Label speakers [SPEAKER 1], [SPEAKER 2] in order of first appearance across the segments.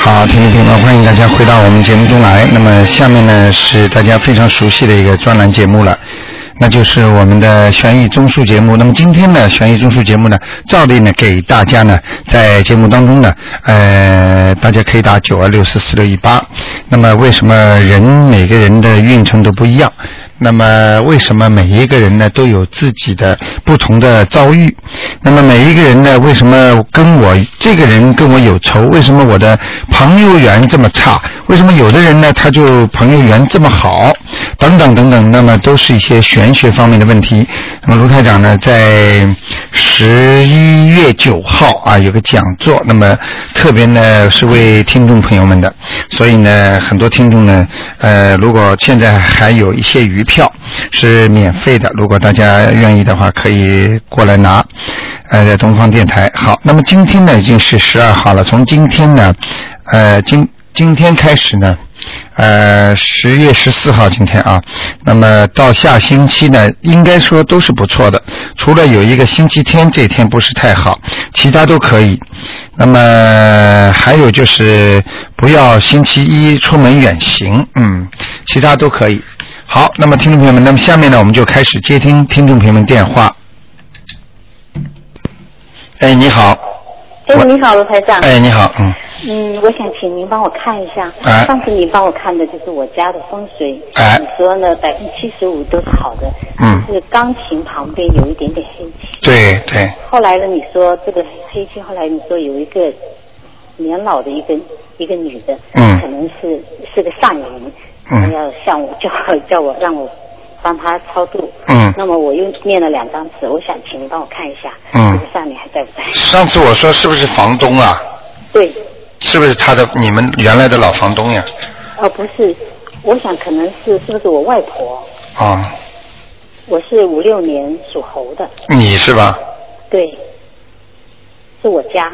[SPEAKER 1] 好，听众朋友们，欢迎大家回到我们节目中来。那么下面呢是大家非常熟悉的一个专栏节目了，那就是我们的悬疑综述节目。那么今天呢，悬疑综述节目呢，照例呢给大家呢在节目当中呢，呃，大家可以打九二六四四六一八。那么为什么人每个人的运程都不一样？那么为什么每一个人呢都有自己的不同的遭遇？那么每一个人呢，为什么跟我这个人跟我有仇？为什么我的朋友缘这么差？为什么有的人呢他就朋友缘这么好？等等等等，那么都是一些玄学方面的问题。那么卢台长呢，在十一月九号啊有个讲座，那么特别呢是为听众朋友们的，所以呢很多听众呢，呃如果现在还有一些余票是免费的，如果大家愿意的话，可以过来拿。呃，在东方电台。好，那么今天呢已经是十二号了，从今天呢，呃，今今天开始呢，呃，十月十四号今天啊，那么到下星期呢，应该说都是不错的，除了有一个星期天这一天不是太好，其他都可以。那么还有就是不要星期一出门远行，嗯，其他都可以。好，那么听众朋友们，那么下面呢，我们就开始接听听众朋友们电话。哎，你好，
[SPEAKER 2] 哎
[SPEAKER 1] 我，
[SPEAKER 2] 你好，卢台长。
[SPEAKER 1] 哎，你好，嗯，
[SPEAKER 2] 嗯，我想请您帮我看一下。
[SPEAKER 1] 哎
[SPEAKER 2] 上次您帮我看的就是我家的风水。
[SPEAKER 1] 哎
[SPEAKER 2] 你说呢，百分之七十五都是好的。
[SPEAKER 1] 嗯
[SPEAKER 2] 就是钢琴旁边有一点点黑气。
[SPEAKER 1] 对对，
[SPEAKER 2] 后来呢，你说这个黑气，后来你说有一个年老的一个一个女的，
[SPEAKER 1] 嗯
[SPEAKER 2] 可能是是个善灵，
[SPEAKER 1] 嗯
[SPEAKER 2] 她要向我 叫我叫我让我帮她超度。
[SPEAKER 1] 嗯
[SPEAKER 2] 那么我又念了两张纸，我想请您帮我看一下，
[SPEAKER 1] 嗯
[SPEAKER 2] 这个善灵还在不 在？
[SPEAKER 1] 上次我说是不是房东啊？
[SPEAKER 2] 对，
[SPEAKER 1] 是不是他的你们原来的老房东呀？
[SPEAKER 2] 哦，不是，我想可能是是不是我外婆？
[SPEAKER 1] 啊、
[SPEAKER 2] 我是五六年属猴的，
[SPEAKER 1] 你是吧？
[SPEAKER 2] 对，是我家。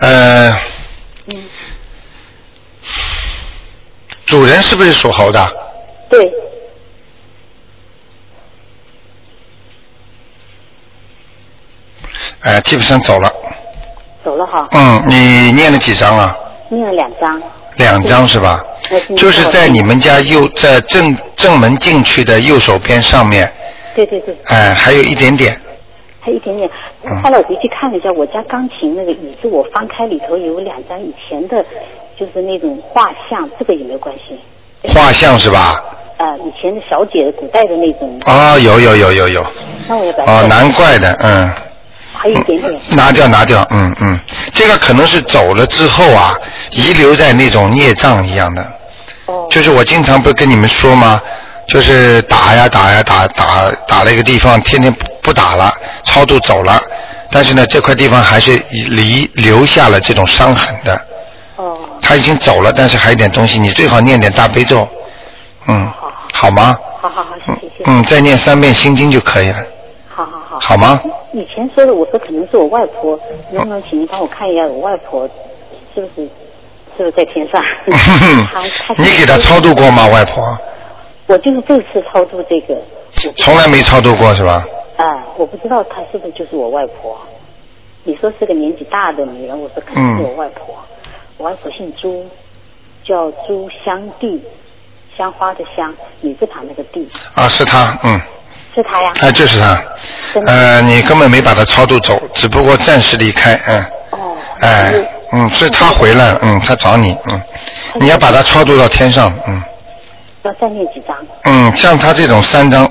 [SPEAKER 1] 呃，
[SPEAKER 2] 嗯，
[SPEAKER 1] 主人是不是属猴的？
[SPEAKER 2] 对，
[SPEAKER 1] 哎，基本上走了。
[SPEAKER 2] 走了哈，
[SPEAKER 1] 嗯，你念了几张啊？
[SPEAKER 2] 念了两张。
[SPEAKER 1] 两张是吧
[SPEAKER 2] 我今？天
[SPEAKER 1] 就是在你们家右在正正门进去的右手边上面，
[SPEAKER 2] 对对对，
[SPEAKER 1] 哎，还有一点点。
[SPEAKER 2] 还有一点点。
[SPEAKER 1] 嗯
[SPEAKER 2] 后来我回去看了一下，我家钢琴那个椅子，我翻开里头有两张以前的，就是那种画像，这个有没有关系？
[SPEAKER 1] 画像是吧？
[SPEAKER 2] 啊、以前的小姐的古代的那种，
[SPEAKER 1] 啊、有有有有有，
[SPEAKER 2] 那我也把它
[SPEAKER 1] 哦，难怪的，嗯。
[SPEAKER 2] 还有一点点。
[SPEAKER 1] 拿掉，拿掉，嗯嗯，这个可能是走了之后啊，遗留在那种孽障一样的，
[SPEAKER 2] 哦，
[SPEAKER 1] 就是我经常不是跟你们说吗？就是打呀打呀打打打了一个地方，天天不不打了，超度走了，但是呢，这块地方还是离留下了这种伤痕的。
[SPEAKER 2] 哦，
[SPEAKER 1] 他已经走了，但是还有点东西，你最好念点大悲咒，嗯，好吗？
[SPEAKER 2] 好好好，谢谢谢谢，
[SPEAKER 1] 嗯，再念三遍心经就可以了，
[SPEAKER 2] 好好好。
[SPEAKER 1] 好吗？？
[SPEAKER 2] 以前说的，我说可能是我外婆，能不能请您帮我看一下我外婆是不是是不是在天上嗯
[SPEAKER 1] 你给他超度过吗，外婆？
[SPEAKER 2] 我就是这次超度这个，我不
[SPEAKER 1] 从来没超度过是吧？
[SPEAKER 2] 啊，我不知道她是不是就是我外婆。啊你说是个年纪大的女人，我说可能是我外婆。啊
[SPEAKER 1] 嗯
[SPEAKER 2] 我外婆姓朱，叫朱香娣，香花的香，女字旁那个娣，
[SPEAKER 1] 啊，是他，嗯，
[SPEAKER 2] 是她呀？
[SPEAKER 1] 哎，就是他，
[SPEAKER 2] 真的
[SPEAKER 1] 呃，你根本没把他超度走，只不过暂时离开，嗯，
[SPEAKER 2] 哦，
[SPEAKER 1] 哎，嗯，是他回来了，嗯，他找你，嗯，你要把他超度到天上，嗯
[SPEAKER 2] 要再念几张？
[SPEAKER 1] 嗯，像他这种三张，
[SPEAKER 2] 哦，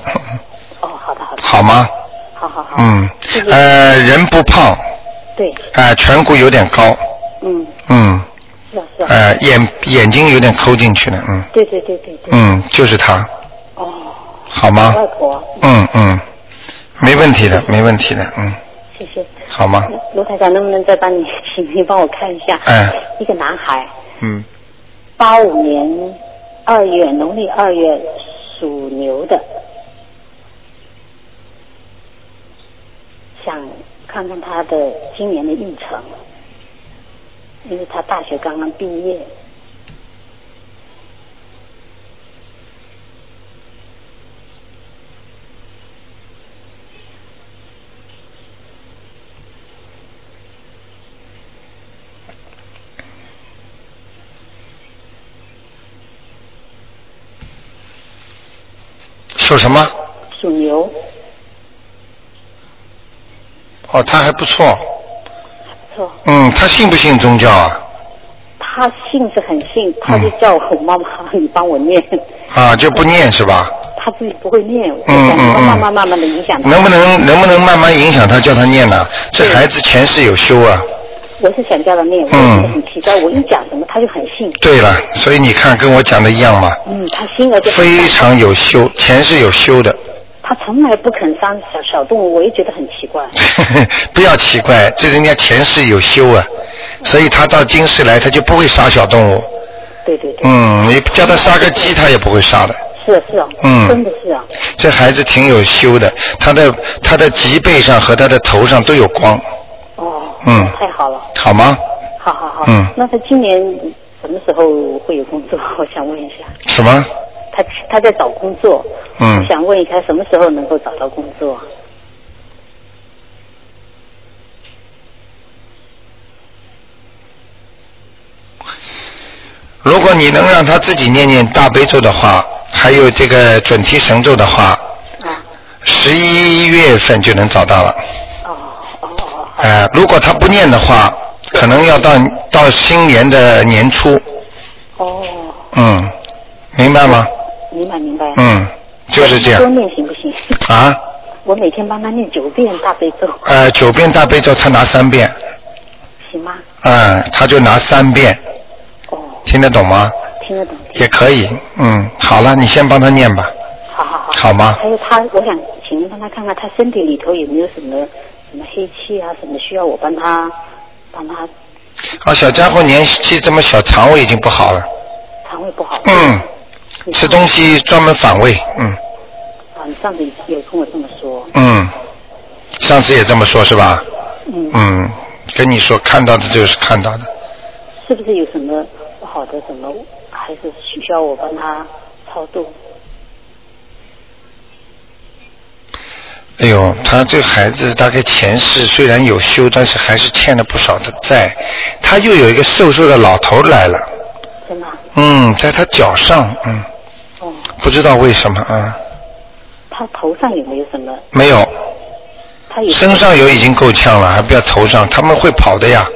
[SPEAKER 2] 好的好的，
[SPEAKER 1] 好吗？
[SPEAKER 2] 好好好，
[SPEAKER 1] 嗯
[SPEAKER 2] 谢，谢，
[SPEAKER 1] 呃，人不胖，
[SPEAKER 2] 对，
[SPEAKER 1] 哎、颧骨有点高，
[SPEAKER 2] 嗯，
[SPEAKER 1] 嗯，
[SPEAKER 2] 是啊是啊。
[SPEAKER 1] 呃，眼眼睛有点抠进去了，嗯
[SPEAKER 2] 对对对对对。
[SPEAKER 1] 嗯，啊就是他，
[SPEAKER 2] 哦，
[SPEAKER 1] 好吗？
[SPEAKER 2] 外婆，
[SPEAKER 1] 嗯嗯，没问题的，没问题的，嗯，
[SPEAKER 2] 谢谢。
[SPEAKER 1] 好吗？
[SPEAKER 2] 卢台长，能不能再帮你，请你帮我看一下？
[SPEAKER 1] 哎，
[SPEAKER 2] 一个男孩，
[SPEAKER 1] 嗯，
[SPEAKER 2] 八五年二月，农历二月属牛的，想看看他的今年的运程，因为他大学刚刚毕业。
[SPEAKER 1] 属什么？
[SPEAKER 2] 属牛。
[SPEAKER 1] 哦，他还不错。
[SPEAKER 2] 不错。
[SPEAKER 1] 嗯，他信不信宗教啊？
[SPEAKER 2] 他信是很信，他就叫我妈妈，你帮我念。
[SPEAKER 1] 啊，就不念是吧？
[SPEAKER 2] 他自己不会念，我
[SPEAKER 1] 嗯
[SPEAKER 2] 感觉到
[SPEAKER 1] 嗯嗯
[SPEAKER 2] 慢慢慢慢的影响他。
[SPEAKER 1] 能不能能不能慢慢影响他，叫他念呢、这孩子前世有修啊。
[SPEAKER 2] 我是想叫他念，我
[SPEAKER 1] 嗯
[SPEAKER 2] 也是很奇怪，我一讲什么他就很信。
[SPEAKER 1] 对了，所以你看跟我讲的一样嘛，
[SPEAKER 2] 嗯，他信而且
[SPEAKER 1] 非常有修，前世有修的。
[SPEAKER 2] 他从来不肯伤小小动物，我也觉得很奇怪。
[SPEAKER 1] 不要奇怪，这人家前世有修啊，所以他到今世来他就不会杀小动物。
[SPEAKER 2] 对对对，
[SPEAKER 1] 嗯，你叫他杀个鸡，他也不会杀的。
[SPEAKER 2] 是啊是啊，
[SPEAKER 1] 嗯
[SPEAKER 2] 真的是啊，
[SPEAKER 1] 这孩子挺有修的，他的他的脊背上和他的头上都有光，
[SPEAKER 2] 哦，
[SPEAKER 1] 嗯
[SPEAKER 2] 太好了，
[SPEAKER 1] 好吗？
[SPEAKER 2] 好好好。
[SPEAKER 1] 嗯
[SPEAKER 2] 那他今年什么时候会有工作？ 我想问一下，
[SPEAKER 1] 什么？
[SPEAKER 2] 他他在找工作，
[SPEAKER 1] 嗯，
[SPEAKER 2] 想问一下什么时候能够找到工作？
[SPEAKER 1] 如果你能让他自己念念大悲咒的话，还有这个准提神咒的话，
[SPEAKER 2] 啊，
[SPEAKER 1] 十一月份就能找到了。
[SPEAKER 2] 哦哦哦，
[SPEAKER 1] 呃，如果他不念的话，可能要到到新年的年初。
[SPEAKER 2] 哦，
[SPEAKER 1] 嗯，明白吗？
[SPEAKER 2] 明白明白。
[SPEAKER 1] 嗯，就是这
[SPEAKER 2] 多
[SPEAKER 1] 样
[SPEAKER 2] 念行不行？
[SPEAKER 1] 啊。
[SPEAKER 2] 我每天帮他念九遍大悲咒，
[SPEAKER 1] 呃，九遍大悲咒他拿三遍，
[SPEAKER 2] 行吗？
[SPEAKER 1] 嗯，他就拿三遍，
[SPEAKER 2] 哦，
[SPEAKER 1] 听得懂吗？
[SPEAKER 2] 听得懂。
[SPEAKER 1] 也可以，嗯，好了，你先帮他念吧，
[SPEAKER 2] 好好好。
[SPEAKER 1] 好吗？
[SPEAKER 2] 还有他，我想请您帮他看看他身体里头有没有什么什么黑气啊，什么需要我帮他帮他
[SPEAKER 1] 啊，小家伙年纪这么小，肠胃已经不好了，
[SPEAKER 2] 肠胃不好。
[SPEAKER 1] 嗯，
[SPEAKER 2] 你
[SPEAKER 1] 吃
[SPEAKER 2] 上
[SPEAKER 1] 东西专门反胃，嗯
[SPEAKER 2] 啊，你上次有跟我这么说。
[SPEAKER 1] 嗯，上次也这么说是吧？
[SPEAKER 2] 嗯。
[SPEAKER 1] 嗯，跟你说看到的就是看到的，
[SPEAKER 2] 是不是有什么不好的什么，还是需要我帮他超度？
[SPEAKER 1] 哎呦，他这孩子大概前世虽然有修，但是还是欠了不少的债，他又有一个瘦瘦的老头来了，
[SPEAKER 2] 真的啊？
[SPEAKER 1] 嗯，在他脚上，嗯，
[SPEAKER 2] 哦，
[SPEAKER 1] 不知道为什么啊、嗯
[SPEAKER 2] 他头上有没有什么？
[SPEAKER 1] 没有，
[SPEAKER 2] 他有
[SPEAKER 1] 身上有已经够呛了，还不要头上，他们会跑的呀。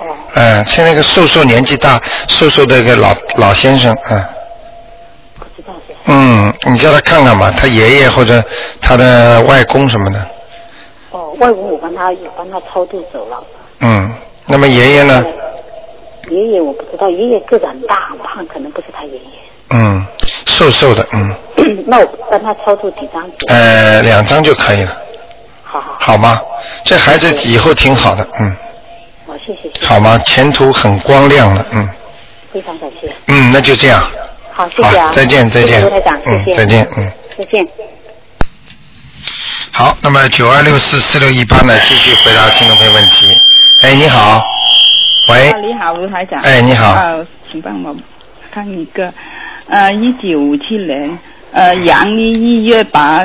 [SPEAKER 2] 哦，
[SPEAKER 1] 嗯，像那个瘦瘦年纪大、瘦瘦的一个老老先生，嗯
[SPEAKER 2] 不知道是谁
[SPEAKER 1] 嗯，你叫他看看吧，他爷爷或者他的外公什么的，
[SPEAKER 2] 哦，外公我帮他有帮他超度走了。
[SPEAKER 1] 嗯，那么爷爷呢，
[SPEAKER 2] 爷爷我不知道，爷爷个子很大很胖，可能不是他爷爷。
[SPEAKER 1] 嗯，瘦瘦的，嗯，
[SPEAKER 2] 那我帮他超度几张纸？
[SPEAKER 1] 呃，两张就可以了，
[SPEAKER 2] 好好好，
[SPEAKER 1] 好吗？这孩子以后挺好的，嗯，
[SPEAKER 2] 好谢谢谢谢，
[SPEAKER 1] 好吗？前途很光亮的，嗯
[SPEAKER 2] 非常感谢。
[SPEAKER 1] 嗯，那就这样，
[SPEAKER 2] 好，谢谢啊，
[SPEAKER 1] 好，再见再
[SPEAKER 2] 谢谢
[SPEAKER 1] 见
[SPEAKER 2] 卢台长，，谢
[SPEAKER 1] 嗯，
[SPEAKER 2] 谢，
[SPEAKER 1] 再见，嗯。
[SPEAKER 2] 再见。
[SPEAKER 1] 好，那么九二六四四六一八呢，继续回答听众朋友问题。哎，你好，喂
[SPEAKER 3] 啊，，你好，卢台长。
[SPEAKER 1] 哎你好
[SPEAKER 3] 呃，请帮我看一个，呃，一九五七年，呃，阳历一月八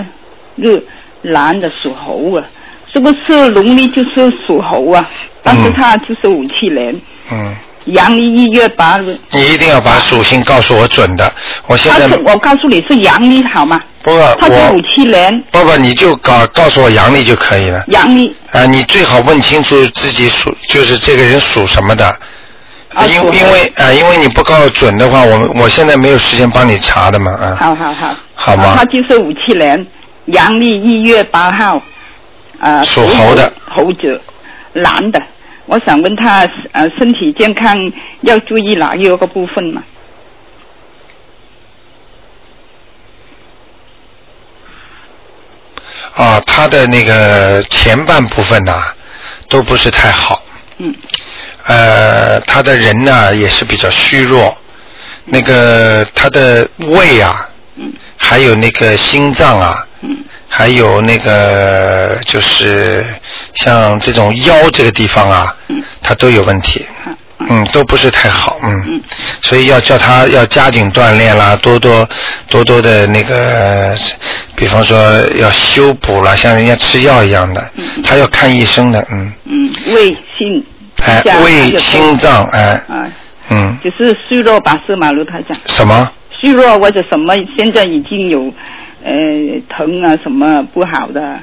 [SPEAKER 3] 日，男的属猴啊，是不是农历就是属猴啊？但是他就是五七年，
[SPEAKER 1] 嗯，
[SPEAKER 3] 阳历一月八日。
[SPEAKER 1] 你一定要把属性告诉我准的，我现
[SPEAKER 3] 他
[SPEAKER 1] 在
[SPEAKER 3] 是我告诉你是阳历好吗？
[SPEAKER 1] 不
[SPEAKER 3] 他是
[SPEAKER 1] 我
[SPEAKER 3] 五七年
[SPEAKER 1] 不不，你就告告诉我阳历就可以了。
[SPEAKER 3] 阳历
[SPEAKER 1] 啊，你最好问清楚自己属，就是这个人属什么的。
[SPEAKER 3] 啊
[SPEAKER 1] 因
[SPEAKER 3] 属猴
[SPEAKER 1] 因为啊，因为你不告准的话，我我现在没有时间帮你查的嘛啊。
[SPEAKER 3] 好好好，
[SPEAKER 1] 好吗
[SPEAKER 3] 啊他就是五七年阳历一月八号，呃，
[SPEAKER 1] 属猴的
[SPEAKER 3] 猴子，男的。我想问他呃身体健康要注意哪一个部分嘛？
[SPEAKER 1] 啊，他的那个前半部分呐、都不是太好。
[SPEAKER 3] 嗯，
[SPEAKER 1] 呃，他的人呢也是比较虚弱，那个他的胃啊，
[SPEAKER 3] 嗯
[SPEAKER 1] 还有那个心脏啊，还有那个就是像这种腰这个地方啊，
[SPEAKER 3] 嗯
[SPEAKER 1] 他都有问题，嗯，都不是太好，嗯，所以要叫他要加紧锻炼啦，多多多多的那个，比方说要修补啦，像人家吃药一样的，他要看医生的，嗯，
[SPEAKER 3] 嗯，胃心，
[SPEAKER 1] 哎
[SPEAKER 3] 下，还
[SPEAKER 1] 胃
[SPEAKER 3] 有
[SPEAKER 1] 心脏，哎，
[SPEAKER 3] 啊，
[SPEAKER 1] 嗯，
[SPEAKER 3] 就是虚弱吧，是马路台长。
[SPEAKER 1] 什么？
[SPEAKER 3] 虚弱或者什么，现在已经有呃疼啊什么不好的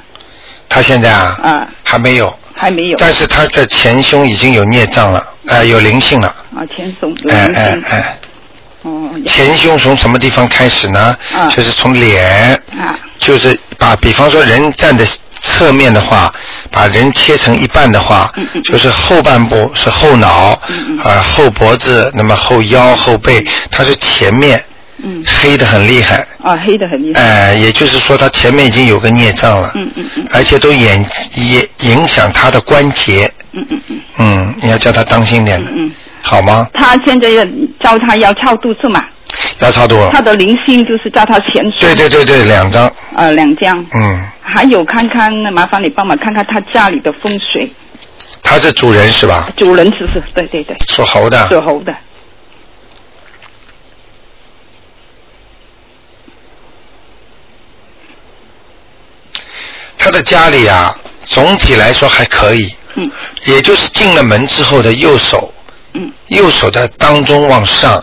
[SPEAKER 1] 他现在啊
[SPEAKER 3] 啊，
[SPEAKER 1] 还没有，
[SPEAKER 3] 还没有
[SPEAKER 1] 但是他的前胸已经有孽障了，哎、有灵性了，
[SPEAKER 3] 啊，前松有
[SPEAKER 1] 哎
[SPEAKER 3] 灵
[SPEAKER 1] 哎
[SPEAKER 3] 性，
[SPEAKER 1] 哎，
[SPEAKER 3] 哦，
[SPEAKER 1] 前胸从什么地方开始呢？
[SPEAKER 3] 啊
[SPEAKER 1] 就是从脸，
[SPEAKER 3] 啊
[SPEAKER 1] 就是把，比方说人站的侧面的话，把人切成一半的话，
[SPEAKER 3] 嗯
[SPEAKER 1] 就是后半部是后脑，啊、后脖子，那么后腰、后背，它是前面
[SPEAKER 3] 嗯
[SPEAKER 1] 黑的很厉害，
[SPEAKER 3] 啊，黑的很厉害，
[SPEAKER 1] 哎、也就是说他前面已经有个孽障了，
[SPEAKER 3] 嗯嗯嗯
[SPEAKER 1] 而且都影也影响他的关节，
[SPEAKER 3] 嗯嗯嗯
[SPEAKER 1] 嗯，你要叫他当心点的，
[SPEAKER 3] 嗯嗯，
[SPEAKER 1] 好吗？
[SPEAKER 3] 他现在要教他要超度是嘛？
[SPEAKER 1] 要超度，
[SPEAKER 3] 他的灵性就是叫他前松
[SPEAKER 1] 哦对对对对，两张，
[SPEAKER 3] 呃两张，
[SPEAKER 1] 嗯，
[SPEAKER 3] 还有看看麻烦你帮忙看看他家里的风水，
[SPEAKER 1] 他是主人是吧？
[SPEAKER 3] 主人是不是？对对对，
[SPEAKER 1] 属猴的，
[SPEAKER 3] 属猴的，
[SPEAKER 1] 他的家里啊，总体来说还可以，
[SPEAKER 3] 嗯
[SPEAKER 1] 也就是进了门之后的右手，
[SPEAKER 3] 嗯，
[SPEAKER 1] 右手的当中往上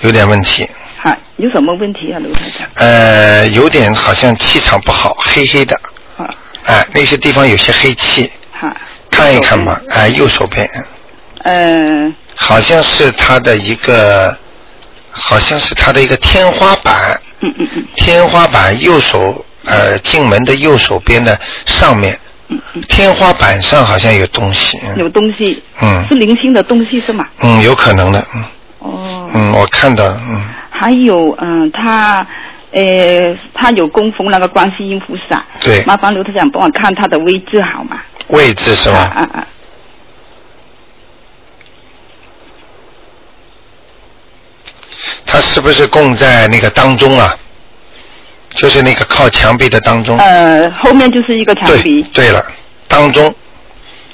[SPEAKER 1] 有点问题，
[SPEAKER 3] 好，有什么问题啊，卢台长？
[SPEAKER 1] 呃，有点好像气场不好，黑黑的，
[SPEAKER 3] 啊
[SPEAKER 1] 哎，那些地方有些黑气，
[SPEAKER 3] 好，
[SPEAKER 1] 看一看吧，哎，右手边，
[SPEAKER 3] 呃。
[SPEAKER 1] 好像是他的一个，好像是他的一个天花板，
[SPEAKER 3] 嗯嗯嗯
[SPEAKER 1] 天花板右手呃进门的右手边的上面，
[SPEAKER 3] 嗯嗯，
[SPEAKER 1] 天花板上好像有东西，
[SPEAKER 3] 有
[SPEAKER 1] 嗯
[SPEAKER 3] 东西，
[SPEAKER 1] 嗯
[SPEAKER 3] 是零星的东西是吗？
[SPEAKER 1] 嗯，有可能的，嗯
[SPEAKER 3] 哦，
[SPEAKER 1] 嗯，我看到，嗯
[SPEAKER 3] 还有嗯、呃他呃，他有供奉那个观世音菩萨，
[SPEAKER 1] 对，
[SPEAKER 3] 麻烦刘台长帮我看他的位置好吗？
[SPEAKER 1] 位置是
[SPEAKER 3] 啊
[SPEAKER 1] 吧？
[SPEAKER 3] 啊啊！
[SPEAKER 1] 它是不是供在那个当中啊？就是那个靠墙壁的当中，
[SPEAKER 3] 呃，后面就是一个墙
[SPEAKER 1] 哦对
[SPEAKER 3] 壁，
[SPEAKER 1] 对了，当中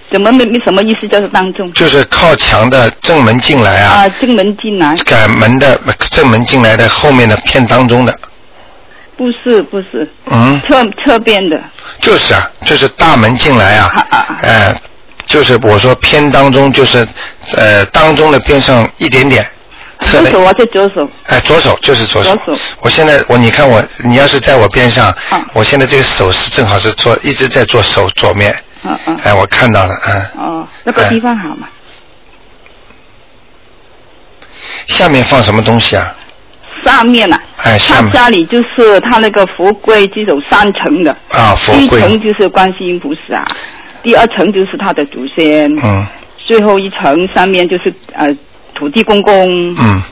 [SPEAKER 3] 怎么没没什么意思？就是当中
[SPEAKER 1] 就是靠墙的正门进来啊，
[SPEAKER 3] 啊，正门进来，
[SPEAKER 1] 赶门的正门进来的后面的偏当中的，
[SPEAKER 3] 不是不是，
[SPEAKER 1] 嗯，
[SPEAKER 3] 侧侧边的
[SPEAKER 1] 就是啊，就是大门进来啊
[SPEAKER 3] 啊啊啊，
[SPEAKER 1] 哎、就是我说偏当中，就是呃当中的边上一点点，侧的
[SPEAKER 3] 左手啊，在左手，
[SPEAKER 1] 哎，左手就是左手。
[SPEAKER 3] 左手
[SPEAKER 1] 我现在我你看我，你要是在我边上，
[SPEAKER 3] 嗯
[SPEAKER 1] 我现在这个手是正好是做一直在做手左面。
[SPEAKER 3] 嗯嗯，
[SPEAKER 1] 哎，我看到了，嗯。
[SPEAKER 3] 哦，那个
[SPEAKER 1] 哎
[SPEAKER 3] 地方好吗？
[SPEAKER 1] 哎下面放什么东西啊？
[SPEAKER 3] 上面呐、
[SPEAKER 1] 哎，下
[SPEAKER 3] 他
[SPEAKER 1] 面
[SPEAKER 3] 家里就是他那个佛柜只有三层的，
[SPEAKER 1] 啊，佛
[SPEAKER 3] 第一
[SPEAKER 1] 柜。
[SPEAKER 3] 层就是观世音菩萨，第二层就是他的祖先，
[SPEAKER 1] 嗯
[SPEAKER 3] 最后一层上面就是呃土地公公。
[SPEAKER 1] 嗯。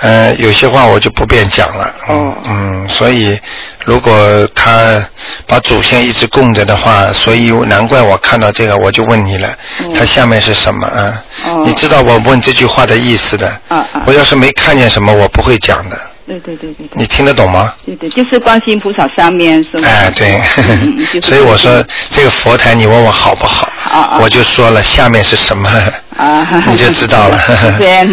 [SPEAKER 1] 呃，有些话我就不便讲了。
[SPEAKER 3] 哦
[SPEAKER 1] 嗯。嗯，所以如果他把祖先一直供着的话，所以难怪我看到这个我就问你了，
[SPEAKER 3] 嗯
[SPEAKER 1] 他下面是什么啊？
[SPEAKER 3] 哦
[SPEAKER 1] 你知道我问这句话的意思的。
[SPEAKER 3] 啊啊
[SPEAKER 1] 我！要是没看见什么，我不会讲的。
[SPEAKER 3] 对对对对
[SPEAKER 1] 你
[SPEAKER 3] 对
[SPEAKER 1] 听得懂吗？
[SPEAKER 3] 对对，就是观世音菩萨上面是吗？
[SPEAKER 1] 哎，对
[SPEAKER 3] 嗯嗯就，是
[SPEAKER 1] 所以我说这个佛台，你问我好不好
[SPEAKER 3] 好啊，
[SPEAKER 1] 我就说了下面是 什么，
[SPEAKER 3] 啊，
[SPEAKER 1] 你就知道 了。
[SPEAKER 3] 这样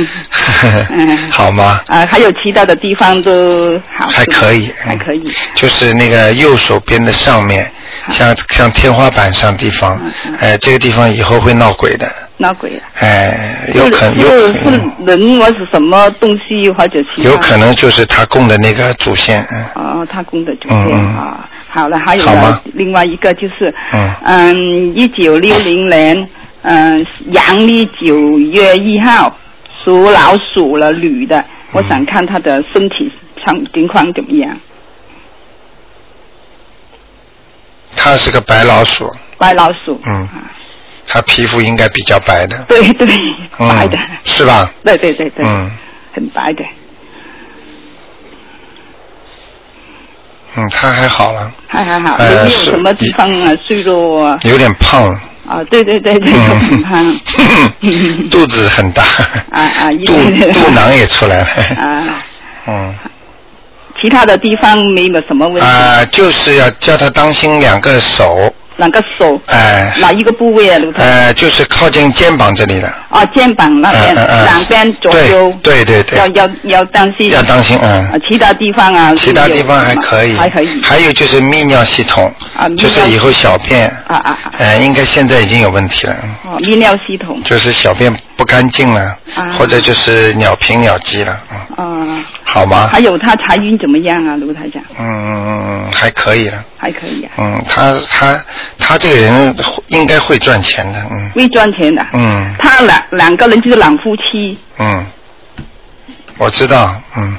[SPEAKER 3] 嗯，
[SPEAKER 1] 好吗？
[SPEAKER 3] 啊，还有其他的地方都好，
[SPEAKER 1] 还
[SPEAKER 3] 是吧
[SPEAKER 1] 可以嗯
[SPEAKER 3] 还可以，
[SPEAKER 1] 就是那个右手边的上面，像像天花板上地方
[SPEAKER 3] 啊嗯嗯，
[SPEAKER 1] 哎，这个地方以后会闹鬼的，
[SPEAKER 3] 闹鬼了。
[SPEAKER 1] 哎，有可
[SPEAKER 3] 是
[SPEAKER 1] 有
[SPEAKER 3] 是
[SPEAKER 1] 可
[SPEAKER 3] 是人或是什么东西或者其他
[SPEAKER 1] 有可能就是他供的那个祖先，嗯
[SPEAKER 3] 哦，他供的主
[SPEAKER 1] 嗯嗯
[SPEAKER 3] 见啊。好了，还有
[SPEAKER 1] 好
[SPEAKER 3] 呢
[SPEAKER 1] 吗，
[SPEAKER 3] 另外一个就是
[SPEAKER 1] 嗯，
[SPEAKER 3] 嗯，一九六零年，嗯，阳历九月一号，属老鼠了，女
[SPEAKER 1] 嗯
[SPEAKER 3] 的，我想看她的身体情情况怎么样。
[SPEAKER 1] 他是个白老鼠，
[SPEAKER 3] 白老鼠，
[SPEAKER 1] 嗯
[SPEAKER 3] 啊
[SPEAKER 1] 他皮肤应该比较白的，
[SPEAKER 3] 对对，
[SPEAKER 1] 嗯
[SPEAKER 3] 白的，
[SPEAKER 1] 是吧？
[SPEAKER 3] 对对对对，
[SPEAKER 1] 嗯
[SPEAKER 3] 很白的，
[SPEAKER 1] 嗯，他还好了，
[SPEAKER 3] 还还好，
[SPEAKER 1] 呃
[SPEAKER 3] 没有
[SPEAKER 1] 是呃
[SPEAKER 3] 什么地方啊，脆弱啊，
[SPEAKER 1] 哎 有点胖了，
[SPEAKER 3] 啊，对对对啊对，我 很胖。
[SPEAKER 1] 嗯 肚子很大，
[SPEAKER 3] 啊啊，一
[SPEAKER 1] 肚
[SPEAKER 3] 对对
[SPEAKER 1] 肚囊也出来了。
[SPEAKER 3] 啊，
[SPEAKER 1] 嗯。
[SPEAKER 3] 其他的地方没有什么问题，
[SPEAKER 1] 啊、就是要叫他当心两个手，
[SPEAKER 3] 哪个手
[SPEAKER 1] 哎、
[SPEAKER 3] 哪一个部位啊，卢台？
[SPEAKER 1] 呃，就是靠近肩膀这里的，
[SPEAKER 3] 啊，肩膀那边，
[SPEAKER 1] 嗯嗯嗯
[SPEAKER 3] 两边左右，
[SPEAKER 1] 对对对对
[SPEAKER 3] 要要要当心。
[SPEAKER 1] 要当心
[SPEAKER 3] 啊
[SPEAKER 1] 嗯。，
[SPEAKER 3] 其他地方啊，
[SPEAKER 1] 其他地方还可以，
[SPEAKER 3] 还可以。
[SPEAKER 1] 还有就是泌尿系统，
[SPEAKER 3] 啊泌尿
[SPEAKER 1] 就是以后小便，
[SPEAKER 3] 啊啊啊！
[SPEAKER 1] 呃，应该现在已经有问题了，
[SPEAKER 3] 哦，泌尿系统
[SPEAKER 1] 就是小便不干净了，
[SPEAKER 3] 啊
[SPEAKER 1] 或者就是尿频尿急了，嗯，
[SPEAKER 3] 啊，
[SPEAKER 1] 好吗？
[SPEAKER 3] 还有他财运怎么样啊，卢台长？
[SPEAKER 1] 嗯嗯嗯，还可以了，
[SPEAKER 3] 还可以啊，
[SPEAKER 1] 嗯，他他他这个人应该会赚钱的，嗯
[SPEAKER 3] 会赚钱的。
[SPEAKER 1] 嗯。
[SPEAKER 3] 他两两个人就是两夫妻，
[SPEAKER 1] 嗯，我知道，嗯，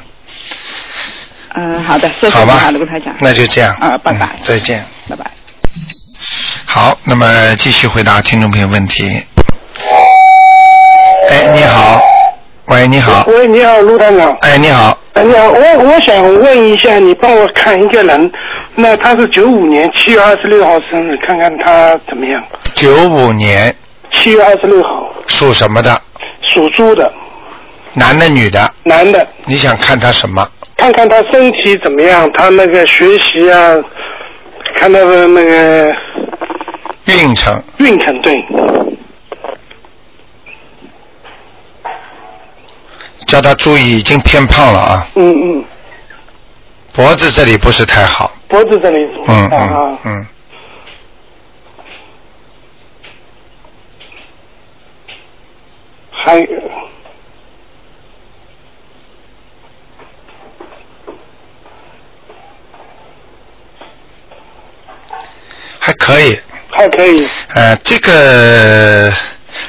[SPEAKER 3] 呃，好的，谢谢
[SPEAKER 1] 好
[SPEAKER 3] 你
[SPEAKER 1] 吧
[SPEAKER 3] 啊，卢台长，，
[SPEAKER 1] 那就这样，
[SPEAKER 3] 啊拜拜
[SPEAKER 1] 嗯再见。
[SPEAKER 3] 拜拜。
[SPEAKER 1] 好，那么继续回答听众朋友问题。哎，你好，喂，你好，
[SPEAKER 4] 喂，你好，卢团长。
[SPEAKER 1] 哎，你好，
[SPEAKER 4] 哎，你好，我我想问一下，你帮我看一个人，那他是九五年七月二十六号生日，看看他怎么样。
[SPEAKER 1] 九五年
[SPEAKER 4] 七月二十六号，
[SPEAKER 1] 属什么的？
[SPEAKER 4] 属猪的，
[SPEAKER 1] 男的女的？
[SPEAKER 4] 男的，
[SPEAKER 1] 你想看他什么？
[SPEAKER 4] 看看他身体怎么样，他那个学习啊，看他的那个
[SPEAKER 1] 运程？
[SPEAKER 4] 运程对。
[SPEAKER 1] 叫他注意，已经偏胖了啊，
[SPEAKER 4] 嗯嗯，
[SPEAKER 1] 脖子这里不是太好。
[SPEAKER 4] 脖子这里。
[SPEAKER 1] 嗯
[SPEAKER 4] 啊
[SPEAKER 1] 嗯嗯。
[SPEAKER 4] 还。
[SPEAKER 1] 还可以，
[SPEAKER 4] 还可以，
[SPEAKER 1] 呃，这个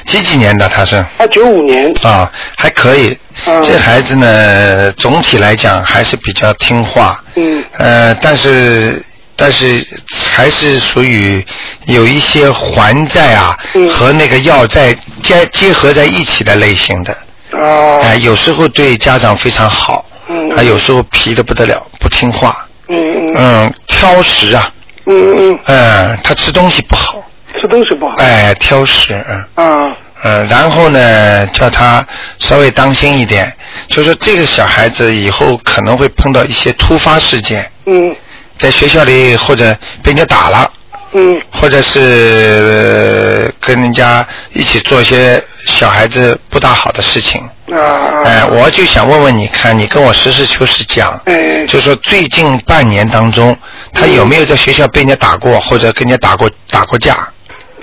[SPEAKER 1] 几几年的他是？
[SPEAKER 4] 他九五年，
[SPEAKER 1] 啊，还可以。
[SPEAKER 4] 嗯
[SPEAKER 1] 这孩子呢，总体来讲还是比较听话，
[SPEAKER 4] 嗯
[SPEAKER 1] 呃，但是但是还是属于有一些还债啊、
[SPEAKER 4] 嗯
[SPEAKER 1] 和那个要债结结合在一起的类型的，
[SPEAKER 4] 啊，
[SPEAKER 1] 哎、有时候对家长非常好，
[SPEAKER 4] 嗯
[SPEAKER 1] 还有时候皮的不得了，不听话，
[SPEAKER 4] 嗯嗯
[SPEAKER 1] 嗯，挑食啊，
[SPEAKER 4] 嗯嗯，
[SPEAKER 1] 嗯，他吃东西不好，
[SPEAKER 4] 吃东西不好，
[SPEAKER 1] 哎、挑食，嗯。
[SPEAKER 4] 啊，
[SPEAKER 1] 嗯，然后呢，叫他稍微当心一点，就说这个小孩子以后可能会碰到一些突发事件，
[SPEAKER 4] 嗯
[SPEAKER 1] 在学校里或者被人家打了，
[SPEAKER 4] 嗯
[SPEAKER 1] 或者是、呃跟人家一起做一些小孩子不大好的事情。
[SPEAKER 4] 啊啊，
[SPEAKER 1] 哎、我就想问问你看，你跟我实事求是讲，
[SPEAKER 4] 哎
[SPEAKER 1] 就说最近半年当中，他有没有在学校被人家打过，或者跟人家打过打过架？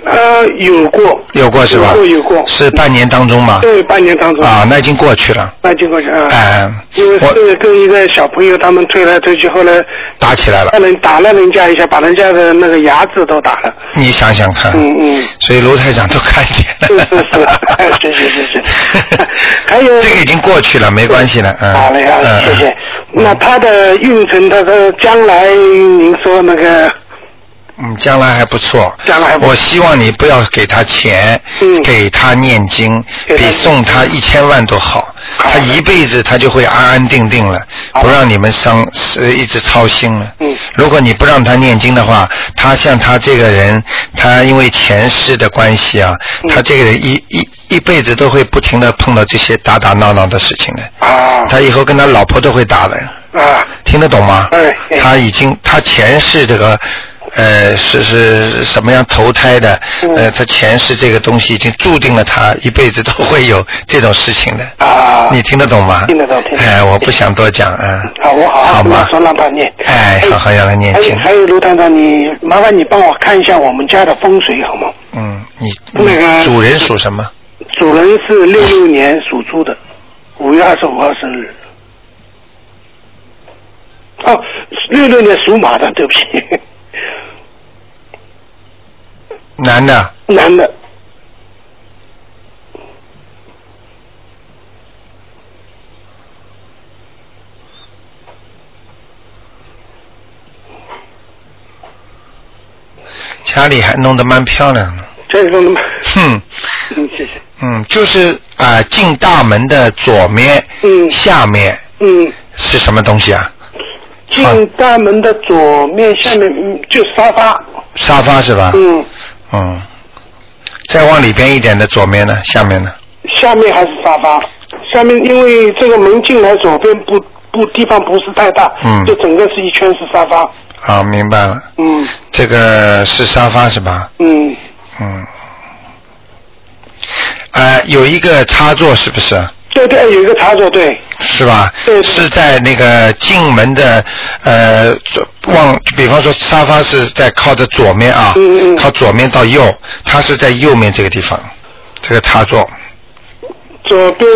[SPEAKER 4] 呃，有过，
[SPEAKER 1] 有过是吧？
[SPEAKER 4] 有过有过，
[SPEAKER 1] 是半年当中吗？
[SPEAKER 4] 对，半年当中
[SPEAKER 1] 啊，，那已经过去了。
[SPEAKER 4] 那经过去啊，
[SPEAKER 1] 哎、
[SPEAKER 4] 因为
[SPEAKER 1] 我
[SPEAKER 4] 是跟一个小朋友他们推来推去，后来
[SPEAKER 1] 打起来了
[SPEAKER 4] 打。人打了人家一下，把人家的那个牙齿都打了，
[SPEAKER 1] 你想想看，
[SPEAKER 4] 嗯嗯。
[SPEAKER 1] 所以卢台长都看见
[SPEAKER 4] 是
[SPEAKER 1] 了。
[SPEAKER 4] 是是哎是是是是 还有
[SPEAKER 1] 这个已经过去了，没关系了。嗯、
[SPEAKER 4] 好嘞，好嘞，
[SPEAKER 1] 嗯
[SPEAKER 4] 谢谢。。
[SPEAKER 1] 嗯
[SPEAKER 4] 那他的运程，他的将来，您说那个，
[SPEAKER 1] 嗯，将来还不错。
[SPEAKER 4] 将来还不错
[SPEAKER 1] 我希望你不要给他钱，
[SPEAKER 4] 嗯
[SPEAKER 1] 给他念经，
[SPEAKER 4] 给他
[SPEAKER 1] 比送他一千万都好。
[SPEAKER 4] 好
[SPEAKER 1] 他一辈子他就会安安定定了，
[SPEAKER 4] 好
[SPEAKER 1] 不让你们伤，呃一直操心了。
[SPEAKER 4] 嗯
[SPEAKER 1] 如果你不让他念经的话，他像他这个人，他因为前世的关系啊，
[SPEAKER 4] 嗯
[SPEAKER 1] 他这个人一一一辈子都会不停的碰到这些打打闹闹的事情的。
[SPEAKER 4] 啊
[SPEAKER 1] 他以后跟他老婆都会打的。
[SPEAKER 4] 啊，
[SPEAKER 1] 听得懂吗？
[SPEAKER 4] 哎哎
[SPEAKER 1] 他已经，他前世这个，呃，是是什么样投胎的？
[SPEAKER 4] 嗯
[SPEAKER 1] 呃，他前世这个东西已经注定了他一辈子都会有这种事情的。
[SPEAKER 4] 啊
[SPEAKER 1] 你听得懂吗？
[SPEAKER 4] 听得懂听得懂
[SPEAKER 1] 哎，我不想多讲啊。
[SPEAKER 4] 好，我好
[SPEAKER 1] 好
[SPEAKER 4] 好跟
[SPEAKER 1] 吗
[SPEAKER 4] 他？说让他念。
[SPEAKER 1] 哎，好好让他念
[SPEAKER 4] 还有
[SPEAKER 1] 经。
[SPEAKER 4] 还有卢团长，你麻烦你帮我看一下我们家的风水好吗？
[SPEAKER 1] 嗯，你
[SPEAKER 4] 那个
[SPEAKER 1] 你主人属什么？
[SPEAKER 4] 主人是六六年属猪的，五月二十五号生日。哦，六六年属马的，对不起，
[SPEAKER 1] 男的，
[SPEAKER 4] 男的。
[SPEAKER 1] 家里还弄得蛮漂亮的。
[SPEAKER 4] 这个嘛，
[SPEAKER 1] 哼，
[SPEAKER 4] 嗯，谢谢。
[SPEAKER 1] 嗯，就是啊、进大门的左面，
[SPEAKER 4] 嗯
[SPEAKER 1] 下面
[SPEAKER 4] 嗯，
[SPEAKER 1] 是什么东西啊？
[SPEAKER 4] 进大门的左面下面嗯就沙发。
[SPEAKER 1] 沙发是吧？
[SPEAKER 4] 嗯，
[SPEAKER 1] 嗯，再往里边一点的左面呢，下面呢？
[SPEAKER 4] 下面还是沙发，下面因为这个门进来左边不不地方不是太大，
[SPEAKER 1] 嗯
[SPEAKER 4] 就整个是一圈是沙发，
[SPEAKER 1] 啊，明白了，
[SPEAKER 4] 嗯
[SPEAKER 1] 这个是沙发是吧？
[SPEAKER 4] 嗯，
[SPEAKER 1] 嗯。呃，有一个插座是不是？
[SPEAKER 4] 对对，有一个插座，对，
[SPEAKER 1] 是吧？
[SPEAKER 4] 对
[SPEAKER 1] 是在那个进门的呃左往，比方说沙发是在靠着左面啊，
[SPEAKER 4] 嗯嗯
[SPEAKER 1] 靠左面到右，它是在右面这个地方，这个插座。
[SPEAKER 4] 左边，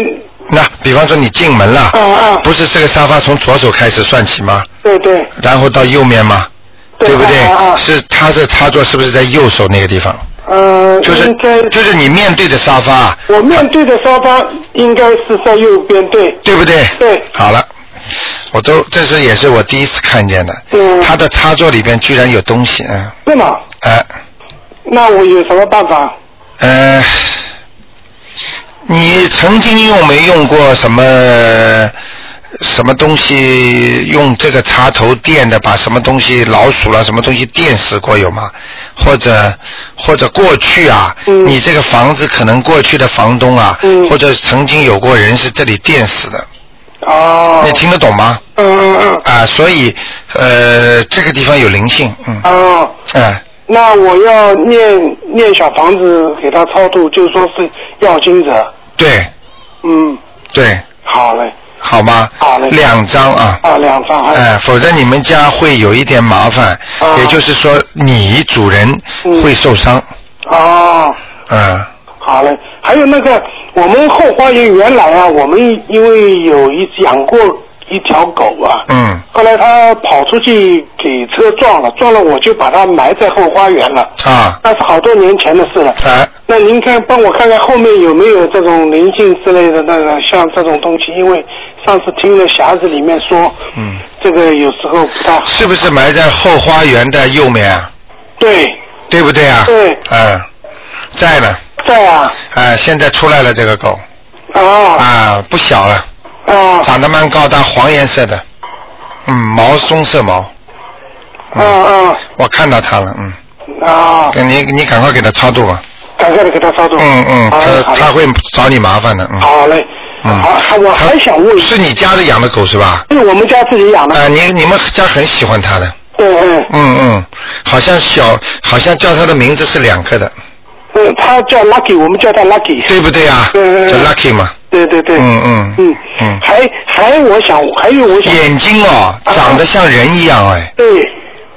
[SPEAKER 1] 那比方说你进门了，
[SPEAKER 4] 啊啊，
[SPEAKER 1] 不是这个沙发从左手开始算起吗？
[SPEAKER 4] 对对
[SPEAKER 1] 然后到右面吗？不对？
[SPEAKER 4] 啊啊，啊
[SPEAKER 1] 是它的插座是不是在右手那个地方？
[SPEAKER 4] 呃，
[SPEAKER 1] 就是
[SPEAKER 4] 应该
[SPEAKER 1] 就是你面对的沙发，
[SPEAKER 4] 我面对的沙发应该是在右边，对
[SPEAKER 1] 对不对？
[SPEAKER 4] 对，
[SPEAKER 1] 好了，我都这是也是我第一次看见的，
[SPEAKER 4] 嗯，
[SPEAKER 1] 它的插座里边居然有东西，嗯，
[SPEAKER 4] 对嘛？
[SPEAKER 1] 哎、
[SPEAKER 4] 那我有什么办法？
[SPEAKER 1] 呃，你曾经用没用过什么什么东西用这个插头电的，把什么东西老鼠了，什么东西电死过有吗？或者或者过去啊，
[SPEAKER 4] 嗯
[SPEAKER 1] 你这个房子可能过去的房东啊，
[SPEAKER 4] 嗯
[SPEAKER 1] 或者曾经有过人是这里电死的，
[SPEAKER 4] 哦
[SPEAKER 1] 你，听得懂吗？
[SPEAKER 4] 嗯嗯嗯，
[SPEAKER 1] 啊，所以呃，这个地方有灵性，嗯，哎、
[SPEAKER 4] 哦。那我要念念小房子给他超度，就说是要经者。
[SPEAKER 1] 对
[SPEAKER 4] 嗯，
[SPEAKER 1] 对，
[SPEAKER 4] 好嘞，
[SPEAKER 1] 好吗？
[SPEAKER 4] 好嘞
[SPEAKER 1] 两张啊。
[SPEAKER 4] 啊，两张还、
[SPEAKER 1] 哎、否则你们家会有一点麻烦，
[SPEAKER 4] 啊嗯
[SPEAKER 1] 也就是说你主人会受伤，哎
[SPEAKER 4] 哦，
[SPEAKER 1] 嗯，
[SPEAKER 4] 好嘞。还有那个，我们后花园原来啊，我们因为有一养过一条狗啊，
[SPEAKER 1] 嗯，
[SPEAKER 4] 后来它跑出去给车撞了，撞了我就把它埋在后花园了，
[SPEAKER 1] 啊，
[SPEAKER 4] 那是好多年前的事了。
[SPEAKER 1] 哎，
[SPEAKER 4] 那您看，帮我看看后面有没有这种灵性之类的那个像这种东西？因为上次听了匣子里面说，
[SPEAKER 1] 嗯，
[SPEAKER 4] 这个有时候不大好。
[SPEAKER 1] 是不是埋在后花园的右面啊？
[SPEAKER 4] 对，
[SPEAKER 1] 对不对啊？
[SPEAKER 4] 对
[SPEAKER 1] 嗯，在呢，
[SPEAKER 4] 在啊，
[SPEAKER 1] 哎、现在出来了这个狗，
[SPEAKER 4] 啊
[SPEAKER 1] 啊，不小了，
[SPEAKER 4] 啊
[SPEAKER 1] 长得蛮高大，黄颜色的，嗯，毛棕色毛，
[SPEAKER 4] 啊啊
[SPEAKER 1] 我看到它了，嗯，
[SPEAKER 4] 啊！
[SPEAKER 1] 跟你你赶快给它超度吧，
[SPEAKER 4] 赶快的给他操作。
[SPEAKER 1] 嗯嗯，
[SPEAKER 4] 好
[SPEAKER 1] 它
[SPEAKER 4] 嘞，好
[SPEAKER 1] 它
[SPEAKER 4] 嘞，
[SPEAKER 1] 会找你麻烦的，嗯，
[SPEAKER 4] 好嘞。
[SPEAKER 1] 嗯
[SPEAKER 4] 好，我还想问，
[SPEAKER 1] 是你家里养的狗是吧？
[SPEAKER 4] 是我们家自己养的？
[SPEAKER 1] 啊，你你们家很喜欢它的，
[SPEAKER 4] 对，嗯
[SPEAKER 1] 嗯嗯，好像小，好像叫它的名字是两个的，
[SPEAKER 4] 嗯，他叫 Lucky，我们叫他 Lucky。
[SPEAKER 1] 对不对啊？
[SPEAKER 4] 嗯嗯嗯
[SPEAKER 1] 叫 Lucky 嘛，
[SPEAKER 4] 对对对。
[SPEAKER 1] 嗯嗯
[SPEAKER 4] 嗯
[SPEAKER 1] 嗯
[SPEAKER 4] 还还我想还有我想
[SPEAKER 1] 眼睛哦，
[SPEAKER 4] 啊
[SPEAKER 1] 长得像人一样哎，
[SPEAKER 4] 对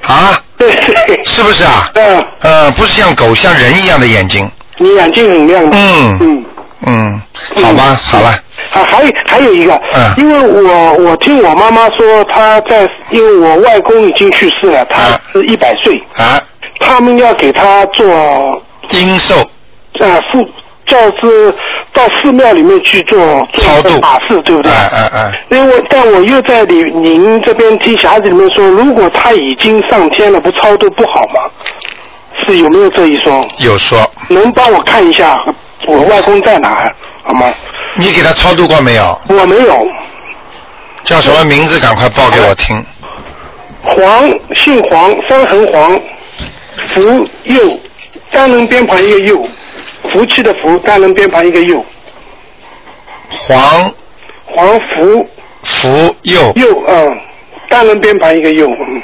[SPEAKER 1] 啊，
[SPEAKER 4] 对对，
[SPEAKER 1] 是不是啊？
[SPEAKER 4] 嗯。
[SPEAKER 1] 呃，不是像狗，像人一样的眼睛，
[SPEAKER 4] 你眼睛很亮的。
[SPEAKER 1] 嗯
[SPEAKER 4] 嗯。
[SPEAKER 1] 嗯，好吧，
[SPEAKER 4] 嗯
[SPEAKER 1] 好了，
[SPEAKER 4] 还还有还有一个，
[SPEAKER 1] 嗯
[SPEAKER 4] 因为我我听我妈妈说，她在因为我外公已经去世了，他
[SPEAKER 1] 啊
[SPEAKER 4] 是一百岁，
[SPEAKER 1] 啊，
[SPEAKER 4] 他们要给他做
[SPEAKER 1] 阴寿
[SPEAKER 4] 呃寺，就是到寺庙里面去做做
[SPEAKER 1] 超度，
[SPEAKER 4] 法事，对不对？
[SPEAKER 1] 哎哎哎，
[SPEAKER 4] 因为但我又在你您这边听匣子里面说，如果他已经上天了，不超度不好吗？是有没有这一说？
[SPEAKER 1] 有说，
[SPEAKER 4] 能帮我看一下我外公在哪儿好吗？
[SPEAKER 1] 你给它超度过没有？
[SPEAKER 4] 我没有，
[SPEAKER 1] 叫什么名字？赶快报给我听。
[SPEAKER 4] 黄姓黄，三横黄，福佑，单人边旁一个佑，福气的福，单人边旁一个佑，
[SPEAKER 1] 黄
[SPEAKER 4] 黄福
[SPEAKER 1] 福佑，
[SPEAKER 4] 佑，嗯，单人边旁一个佑，嗯，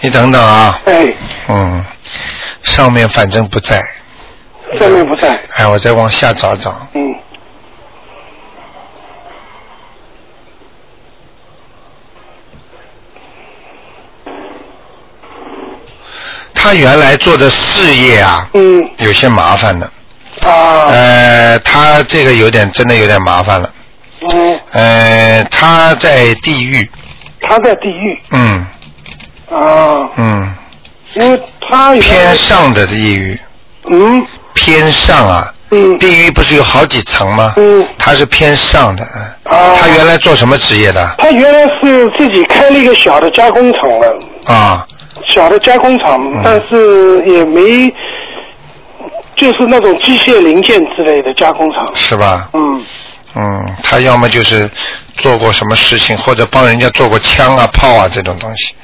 [SPEAKER 1] 你等等啊，
[SPEAKER 4] 哎，
[SPEAKER 1] 嗯，上面反正不在，
[SPEAKER 4] 上面不在，
[SPEAKER 1] 哎，我再往下找找，
[SPEAKER 4] 嗯，
[SPEAKER 1] 他原来做的事业啊，
[SPEAKER 4] 嗯，
[SPEAKER 1] 有些麻烦的，
[SPEAKER 4] 啊，
[SPEAKER 1] 呃，他这个有点真的有点麻烦了，
[SPEAKER 4] 嗯，
[SPEAKER 1] 呃，他在地狱，
[SPEAKER 4] 他在地狱，
[SPEAKER 1] 嗯
[SPEAKER 4] 啊，
[SPEAKER 1] 嗯，
[SPEAKER 4] 因为他有
[SPEAKER 1] 偏上的地狱，
[SPEAKER 4] 嗯，
[SPEAKER 1] 偏上啊，
[SPEAKER 4] 嗯
[SPEAKER 1] 地狱不是有好几层吗？
[SPEAKER 4] 嗯
[SPEAKER 1] 他是偏上的。嗯
[SPEAKER 4] 啊
[SPEAKER 1] 他原来做什么职业的？
[SPEAKER 4] 他原来是自己开了一个小的加工厂了，
[SPEAKER 1] 啊，
[SPEAKER 4] 小的加工厂
[SPEAKER 1] 嗯，
[SPEAKER 4] 但是也没，就是那种机械零件之类的加工厂。
[SPEAKER 1] 是吧？
[SPEAKER 4] 嗯，
[SPEAKER 1] 嗯，他要么就是做过什么事情，或者帮人家做过枪啊、炮啊这种东西，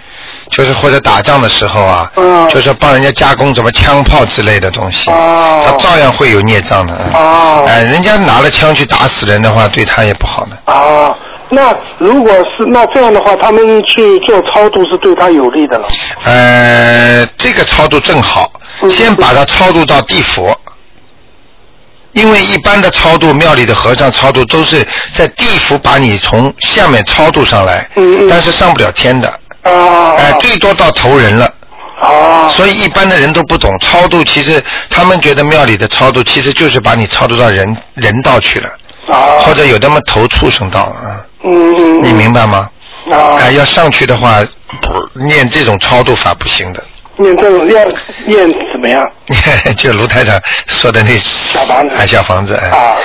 [SPEAKER 1] 就是或者打仗的时候啊，
[SPEAKER 4] 嗯
[SPEAKER 1] 就是帮人家加工什么枪炮之类的东西，
[SPEAKER 4] 哦
[SPEAKER 1] 他照样会有孽障的。嗯
[SPEAKER 4] 哦
[SPEAKER 1] 哎，人家拿了枪去打死人的话，对他也不好的。
[SPEAKER 4] 啊，那如果是那这样的话，他们去做超度是对他有利的了。
[SPEAKER 1] 呃，这个超度正好，
[SPEAKER 4] 嗯
[SPEAKER 1] 先把它超度到地府，因为一般的超度庙里的和尚超度都是在地府把你从下面超度上来，
[SPEAKER 4] 嗯嗯
[SPEAKER 1] 但是上不了天的，
[SPEAKER 4] 啊，
[SPEAKER 1] 哎、最多到头人了。
[SPEAKER 4] 啊，
[SPEAKER 1] 所以一般的人都不懂超度，其实他们觉得庙里的超度其实就是把你超度到人人道去了，
[SPEAKER 4] 啊，
[SPEAKER 1] 或者有的么投畜生道啊，
[SPEAKER 4] 嗯嗯，
[SPEAKER 1] 你明白吗？
[SPEAKER 4] 白啊
[SPEAKER 1] 哎、？要上去的话，不念这种超度法不行的。
[SPEAKER 4] 念这种要念怎么样？
[SPEAKER 1] 就卢台长说的那小
[SPEAKER 4] 房子
[SPEAKER 1] 哎，小房子，哎
[SPEAKER 4] 啊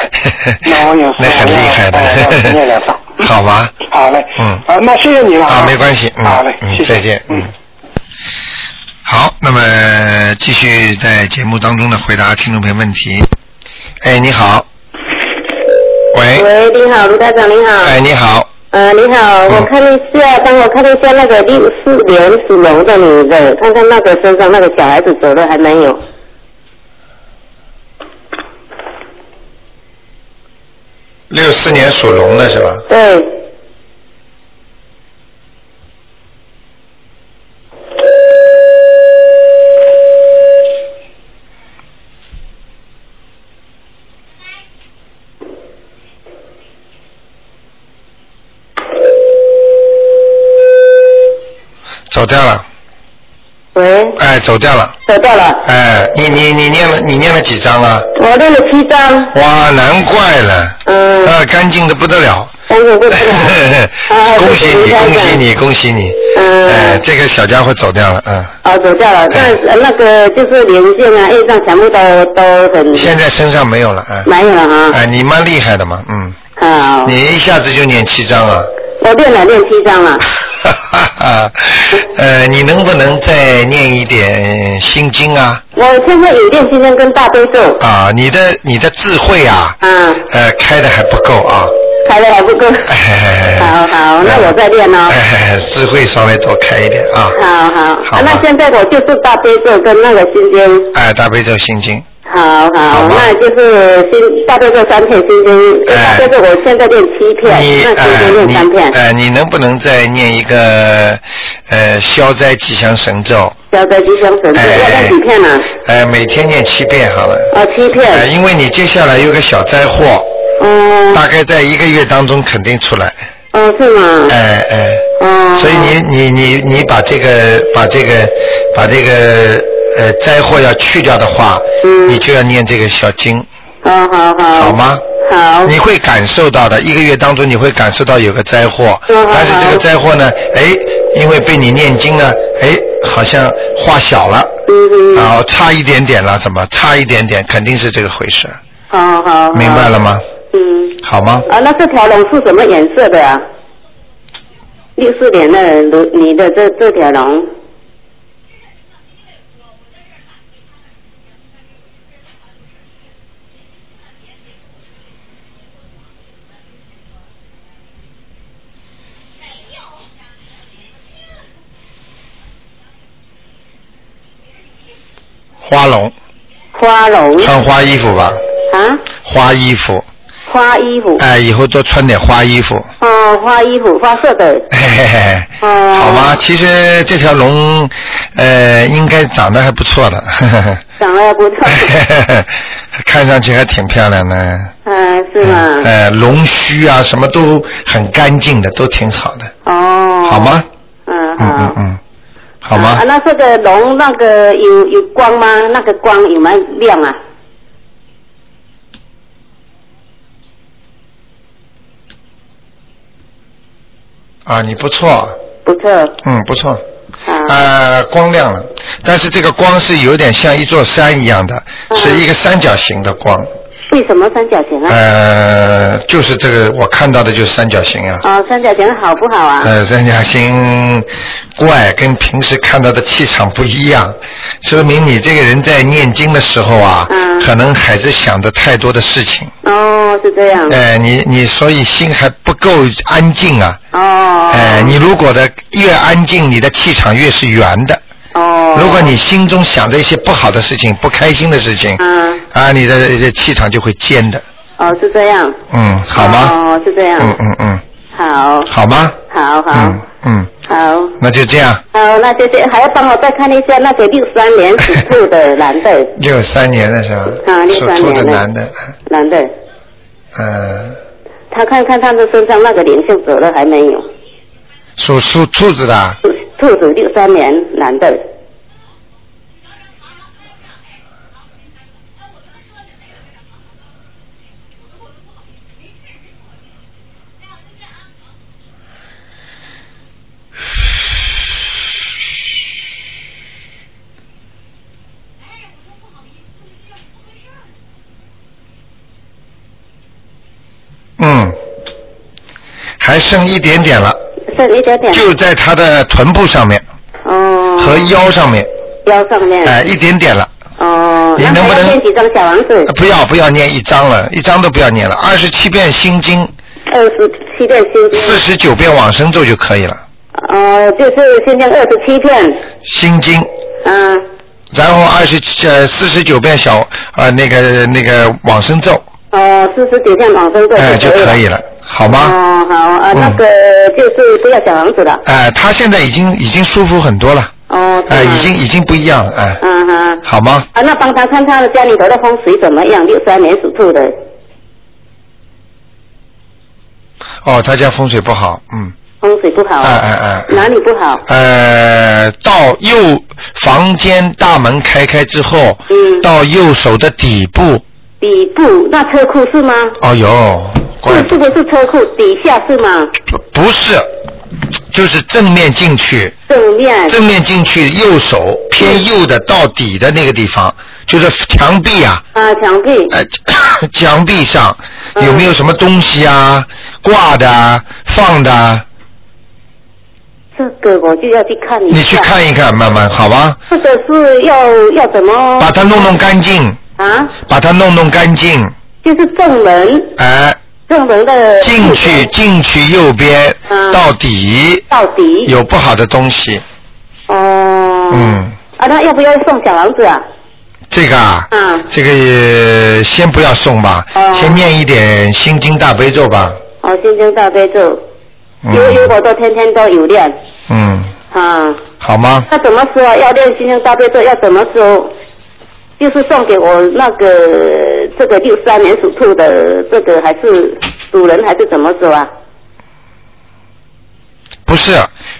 [SPEAKER 4] 那我有时候
[SPEAKER 1] 那很厉害的，
[SPEAKER 4] 我要我要念两张
[SPEAKER 1] 好吧，
[SPEAKER 4] 好嘞，
[SPEAKER 1] 嗯
[SPEAKER 4] 啊，那谢谢你了
[SPEAKER 1] 啊，没关系，嗯
[SPEAKER 4] 好嘞，，谢
[SPEAKER 1] 嗯，
[SPEAKER 4] 谢，
[SPEAKER 1] 再见，
[SPEAKER 4] 嗯。。
[SPEAKER 1] 好，那么继续在节目当中呢回答听众朋友问题。哎，你好，喂，
[SPEAKER 5] 喂，啊你好，卢台长，你好。
[SPEAKER 1] 哎哎，你好，
[SPEAKER 5] 呃，你好，
[SPEAKER 1] 嗯
[SPEAKER 5] 我看一下，帮我看一下那个六四年属龙的女的，看看那个身上那个小孩子走了还没有？
[SPEAKER 1] 六四年属龙的是吧？
[SPEAKER 5] 对，
[SPEAKER 1] 走掉了，
[SPEAKER 5] 喂，
[SPEAKER 1] 哎，走掉了，
[SPEAKER 5] 走掉了，
[SPEAKER 1] 哎，你你你念了你念了几张啊？
[SPEAKER 5] 我练了七张，
[SPEAKER 1] 哇，难怪了，
[SPEAKER 5] 嗯、
[SPEAKER 1] 啊，干净的不得了。
[SPEAKER 5] 但是不啊，
[SPEAKER 1] 恭喜你，
[SPEAKER 5] 谢谢卢台
[SPEAKER 1] 恭
[SPEAKER 5] 长
[SPEAKER 1] 喜你，恭喜你！
[SPEAKER 5] 嗯
[SPEAKER 1] 哎，这个小家伙走掉了，嗯，
[SPEAKER 5] 哦，走掉了，
[SPEAKER 1] 哎
[SPEAKER 5] 那那个就是连线啊，业障全部都都很
[SPEAKER 1] 现在身上没有了，哎，
[SPEAKER 5] 没有了哈。
[SPEAKER 1] 哎，你蛮厉害的嘛，嗯，
[SPEAKER 5] 好，
[SPEAKER 1] 你一下子就念七张啊，
[SPEAKER 5] 我练了练七张了。
[SPEAKER 1] 哈哈哈，呃，你能不能再念一点心经啊？
[SPEAKER 5] 我现在有练心经跟大悲咒，
[SPEAKER 1] 啊，你的你的智慧啊，
[SPEAKER 5] 啊，
[SPEAKER 1] 呃，开的还不够啊，
[SPEAKER 5] 开的还不 够。好好，那我再练哦。
[SPEAKER 1] 哎，智慧稍微多开一点啊，
[SPEAKER 5] 好好，
[SPEAKER 1] 好吧
[SPEAKER 5] 啊那现在我就是大悲咒跟那个心经，
[SPEAKER 1] 哎，大悲咒心经，
[SPEAKER 5] 好
[SPEAKER 1] 好
[SPEAKER 5] 好，
[SPEAKER 1] 吧
[SPEAKER 5] 那就是心大悲咒三片，心经
[SPEAKER 1] 哎
[SPEAKER 5] 大悲咒我现在练七片，
[SPEAKER 1] 你
[SPEAKER 5] 那心经
[SPEAKER 1] 哎，
[SPEAKER 5] 练三
[SPEAKER 1] 你
[SPEAKER 5] 片，
[SPEAKER 1] 哎，你能不能再念一个呃消灾吉祥神咒？
[SPEAKER 5] 消灾吉祥神咒
[SPEAKER 1] 哎
[SPEAKER 5] 要练几片呢？
[SPEAKER 1] 哎，每天念七遍好了。
[SPEAKER 5] 哦，七
[SPEAKER 1] 哎，
[SPEAKER 5] 片，
[SPEAKER 1] 因为你接下来有个小灾祸，
[SPEAKER 5] 嗯，
[SPEAKER 1] 大概在一个月当中肯定出来。
[SPEAKER 5] 哦是吗？
[SPEAKER 1] 哎哎，
[SPEAKER 5] 哦，
[SPEAKER 1] 所以你你你你把这个把这个把这个呃灾祸要去掉的话，
[SPEAKER 5] 嗯
[SPEAKER 1] 你就要念这个小经，
[SPEAKER 5] 哦好好，
[SPEAKER 1] 好？吗？
[SPEAKER 5] 好，
[SPEAKER 1] 你会感受到的，一个月当中你会感受到有个灾祸，
[SPEAKER 5] 嗯
[SPEAKER 1] 但是这个灾祸呢，哎，因为被你念经呢，哎，好像化小了，
[SPEAKER 5] 嗯嗯，
[SPEAKER 1] 然后差一点点了，怎么差一点点，肯定是这个回事，
[SPEAKER 5] 好好好，
[SPEAKER 1] 明白了？吗？
[SPEAKER 5] 嗯，
[SPEAKER 1] 好吗？
[SPEAKER 5] 啊，那这条龙是什么颜色的呀？六四年的如你的这这条龙。
[SPEAKER 1] 花龙，
[SPEAKER 5] 花龙
[SPEAKER 1] 穿花衣服吧，
[SPEAKER 5] 啊，
[SPEAKER 1] 花衣服，
[SPEAKER 5] 花衣服
[SPEAKER 1] 哎，以后多穿点花衣服，
[SPEAKER 5] 哦，花衣服花色的
[SPEAKER 1] 嘿嘿嘿嘿。
[SPEAKER 5] 哦，
[SPEAKER 1] 好吗？，其实这条龙，呃，应该长得还不错的， 呵呵呵
[SPEAKER 5] 长得 不错，
[SPEAKER 1] 看上去还挺漂亮的。
[SPEAKER 5] 嗯，是吗？
[SPEAKER 1] 呃，龙须啊，什么都很干净的，都挺好的，
[SPEAKER 5] 哦，
[SPEAKER 1] 好？吗？
[SPEAKER 5] 嗯，
[SPEAKER 1] 嗯嗯
[SPEAKER 5] 好，
[SPEAKER 1] 嗯，好吗
[SPEAKER 5] 啊，？那这个龙那个有有光吗？那个光有没有亮啊？
[SPEAKER 1] 啊，你不错，
[SPEAKER 5] 不错，
[SPEAKER 1] 嗯，不错，
[SPEAKER 5] 啊，
[SPEAKER 1] 呃，光亮了，但是这个光是有点像一座山一样的，
[SPEAKER 5] 嗯
[SPEAKER 1] 是一个三角形的光，
[SPEAKER 5] 为什么三角形
[SPEAKER 1] 哎
[SPEAKER 5] 啊？
[SPEAKER 1] 呃，就是这个我看到的就是三角形啊。
[SPEAKER 5] 哦，三角形好不好啊？
[SPEAKER 1] 呃，三角形怪跟平时看到的气场不一样，说明你这个人在念经的时候啊，
[SPEAKER 5] 嗯
[SPEAKER 1] 可能还是想的太多的事情。
[SPEAKER 5] 哦，是这样。
[SPEAKER 1] 哎、你你所以心还不够安静啊。
[SPEAKER 5] 哦。
[SPEAKER 1] 哎、你如果的越安静，你的气场越是圆的。
[SPEAKER 5] 哦。
[SPEAKER 1] 如果你心中想着一些不好的事情、不开心的事情，
[SPEAKER 5] 嗯，
[SPEAKER 1] 啊，你的这气场就会尖的。
[SPEAKER 5] 哦，是这样。
[SPEAKER 1] 嗯，好吗？
[SPEAKER 5] 哦，是这样。
[SPEAKER 1] 嗯嗯嗯，
[SPEAKER 5] 好，
[SPEAKER 1] 好吗？
[SPEAKER 5] 好，好，
[SPEAKER 1] 嗯嗯，
[SPEAKER 5] 好。
[SPEAKER 1] 那就这样。
[SPEAKER 5] 好，那谢谢，还要帮我再看一下那个六三年属 兔的男的，
[SPEAKER 1] 六三年的是吧？
[SPEAKER 5] 啊
[SPEAKER 1] 属
[SPEAKER 5] 63
[SPEAKER 1] 兔的
[SPEAKER 5] 年的
[SPEAKER 1] 男的，
[SPEAKER 5] 男的，
[SPEAKER 1] 呃，
[SPEAKER 5] 他看看他的身上那个灵性走了还没有？
[SPEAKER 1] 属属兔子的啊，
[SPEAKER 5] 兔兔子六三年男的，
[SPEAKER 1] 嗯，还剩一点点了，
[SPEAKER 5] 剩一点点。
[SPEAKER 1] 就在他的臀部上面
[SPEAKER 5] 嗯哦。嗯
[SPEAKER 1] 和腰上面，
[SPEAKER 5] 腰上面。
[SPEAKER 1] 哎，一点点了。
[SPEAKER 5] 哦，
[SPEAKER 1] 你
[SPEAKER 5] 那
[SPEAKER 1] 能不
[SPEAKER 5] 还要
[SPEAKER 1] 能
[SPEAKER 5] 念几张小王子
[SPEAKER 1] 呃？不要不要念一章了，一章都不要念了，二十七遍心经，
[SPEAKER 5] 二十七遍心经。
[SPEAKER 1] 呃四十九遍往生咒就可以了。
[SPEAKER 5] 呃，就是现在二十七片，
[SPEAKER 1] 心经，
[SPEAKER 5] 嗯、
[SPEAKER 1] 然后二十七呃四十九遍小呃那个那个往生咒，
[SPEAKER 5] 呃，四十九片往生咒
[SPEAKER 1] 哎、就可以
[SPEAKER 5] 了。
[SPEAKER 1] 了，好吗？
[SPEAKER 5] 哦，好啊、呃
[SPEAKER 1] 嗯
[SPEAKER 5] 那个就是不要小王子了。
[SPEAKER 1] 哎，他现在已经已经舒服很多了，
[SPEAKER 5] 哦，是
[SPEAKER 1] 哎，
[SPEAKER 5] 吗
[SPEAKER 1] 已经已经不一样了，哎，
[SPEAKER 5] 嗯哼，
[SPEAKER 1] 好吗？
[SPEAKER 5] 啊，那帮他看他的家里头的风水怎么样？六三年属兔的，
[SPEAKER 1] 哦，他家风水不好，嗯，
[SPEAKER 5] 风水不好、
[SPEAKER 1] 哎
[SPEAKER 5] 啊，
[SPEAKER 1] 哎哎，
[SPEAKER 5] 哪里不好？
[SPEAKER 1] 呃，到右房间大门开开之后，
[SPEAKER 5] 嗯
[SPEAKER 1] 到右手的底部，
[SPEAKER 5] 底部那车库是吗？
[SPEAKER 1] 哦哟，怪
[SPEAKER 5] 是
[SPEAKER 1] 不
[SPEAKER 5] 是不是车库底下是吗？
[SPEAKER 1] 不是，就是正面进去，
[SPEAKER 5] 正面
[SPEAKER 1] 正面进去右手偏
[SPEAKER 5] 嗯
[SPEAKER 1] 右的到底的那个地方，就是墙壁啊，
[SPEAKER 5] 啊墙壁
[SPEAKER 1] 呃， 墙壁上
[SPEAKER 5] 嗯
[SPEAKER 1] 有没有什么东西啊？挂的、啊、放的、啊，
[SPEAKER 5] 这个我就要去看一下。
[SPEAKER 1] 你去。看一看，慢慢好吧？
[SPEAKER 5] 这个是要要怎么
[SPEAKER 1] 把它弄弄干净，
[SPEAKER 5] 啊？
[SPEAKER 1] 把它弄弄干净。
[SPEAKER 5] 就是正门
[SPEAKER 1] 哎、
[SPEAKER 5] 正门的
[SPEAKER 1] 进去进去右边、
[SPEAKER 5] 嗯
[SPEAKER 1] 到底
[SPEAKER 5] 到底
[SPEAKER 1] 有不好的东西，
[SPEAKER 5] 哦
[SPEAKER 1] 嗯，
[SPEAKER 5] 啊那要不要送小王子啊？
[SPEAKER 1] 这个啊，
[SPEAKER 5] 嗯
[SPEAKER 1] 这个也先不要送吧，
[SPEAKER 5] 哦
[SPEAKER 1] 先念一点心经大悲咒吧。
[SPEAKER 5] 哦，心经大悲咒，
[SPEAKER 1] 嗯
[SPEAKER 5] 因为如果都天天都有练
[SPEAKER 1] 嗯，
[SPEAKER 5] 啊。
[SPEAKER 1] 好吗？
[SPEAKER 5] 那怎么说？要练心经大悲咒，要怎么说？就是送给我那个这个六三年属兔的这个还是主人还是怎么说啊？
[SPEAKER 1] 不是，